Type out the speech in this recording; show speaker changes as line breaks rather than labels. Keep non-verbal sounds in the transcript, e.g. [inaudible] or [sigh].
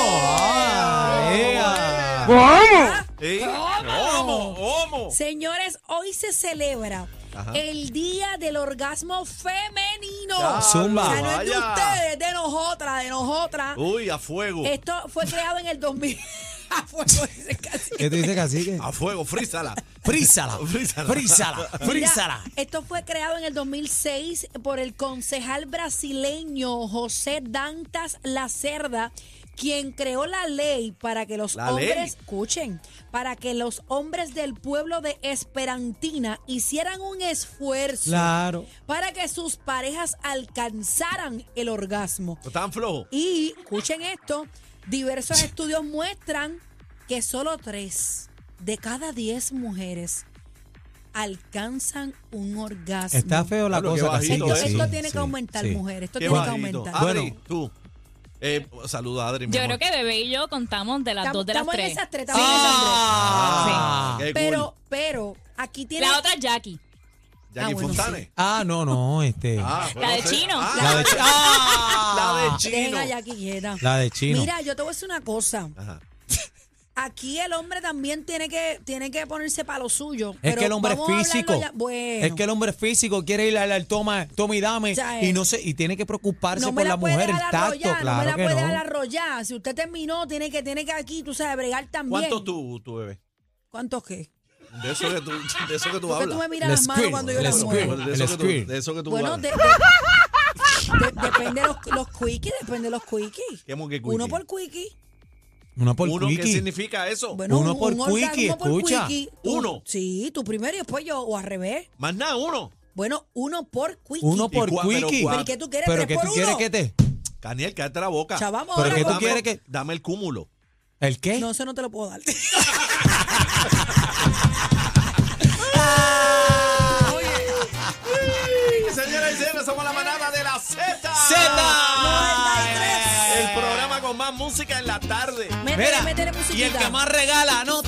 Ah, ea.
Sí.
¿Cómo?
¿Cómo? ¿Cómo?
Señores, hoy se celebra el día del orgasmo femenino.
Ya,
Zumba.
O sea, no es de
vaya.
ustedes, de nosotras, de nosotras.
Uy, a fuego.
Esto fue creado en el [laughs] 2000. Fue- fue- casi-
¿Qué tú dices, cacique?
A fuego, frízala.
Frízala,
[laughs] Frízala.
frízala,
Mira,
frízala.
esto fue creado en el 2006 por el concejal brasileño José Dantas Lacerda, quien creó la ley para que los
La ley.
hombres, escuchen, para que los hombres del pueblo de Esperantina hicieran un esfuerzo
Claro.
para que sus parejas alcanzaran el orgasmo.
No Estaban flojos.
Y escuchen esto, diversos estudios muestran que solo tres de cada diez mujeres alcanzan un orgasmo.
Está feo la
Hablo que
cosa,
bajito, ¿eh?
cacique.
Esto,
sí,
esto
sí,
tiene que aumentar, mujer. Esto
Qué
tiene que
bajito.
aumentar.
Adri,
Bueno.
tú. Eh, saluda, Adri. mi
Yo
amor.
creo que bebé y yo contamos de las
Estamos-
2 de las
estamos en
3.
esas tres, estamos en esas
Ah,
Sí.
qué cool.
Pero, pero, aquí tiene...
La otra es Jackie.
Jackie
Ah, bueno,
Fontane.
Ah, no, no, este.
Ah,
La de
no sé.
chino.
Ah,
La de
[laughs]
chi-
la de
¡Ah!
chino.
Dejen allá que quiera.
La de chino.
Mira, yo te voy a decir una cosa.
Ajá.
Aquí el hombre también tiene que, tiene que ponerse para lo suyo.
Es
pero
que el hombre es
vamos a hablarlo
físico.
ya- Bueno.
Es que el hombre es físico, quiere ir al, al toma, toma y dame.
O sea,
y
es-
no se, y tiene que preocuparse
no me
por
la,
la
puede
mujer, el
dar
tacto,
arrollar, no me
claro
la
que
puede
no.
dar arrollar. Si usted terminó, tiene que, tiene que aquí, tú sabes, bregar también.
¿Cuánto tú, tú bebés?
¿Cuántos qué?
De eso que tú, de eso que tú
Porque tú
hablas.
me miras
El
las manos
squirt,
cuando yo
el
las
squirt.
muevo.
de,
el
eso que tú,
squirt.
de eso que tú
Bueno,
hablas.
de, de- de- depende de los, los quickies, depende de los quickies.
¿Qué mo- qué quickie?
Uno por quickie.
Una por
Uno, ¿qué
quickie.
significa eso?
Bueno,
Uno
un-
por
un orgasmo
quickie,
por
escucha.
quickie. Tú-
Uno.
Sí, tú primero y después yo, o al revés.
Más nada, uno.
Bueno, uno por quickie.
Uno
¿Y
por
cuá- pero
quickie.
cuá-
¿Pero qué tú quieres?
Pero
tres
que
por
tú quieres
uno.
que te.
Caniel, cállate la boca.
Ya vamos
Pero
ahora
que tú
con-
quieres que-
Dame el cúmulo.
¿El qué?
No, eso no te lo puedo dar.
Señoras y señores, somos la manada de la Z.
Z.
El programa con más música en la tarde.
Métele, métele
y el
musiquita.
que más regala, no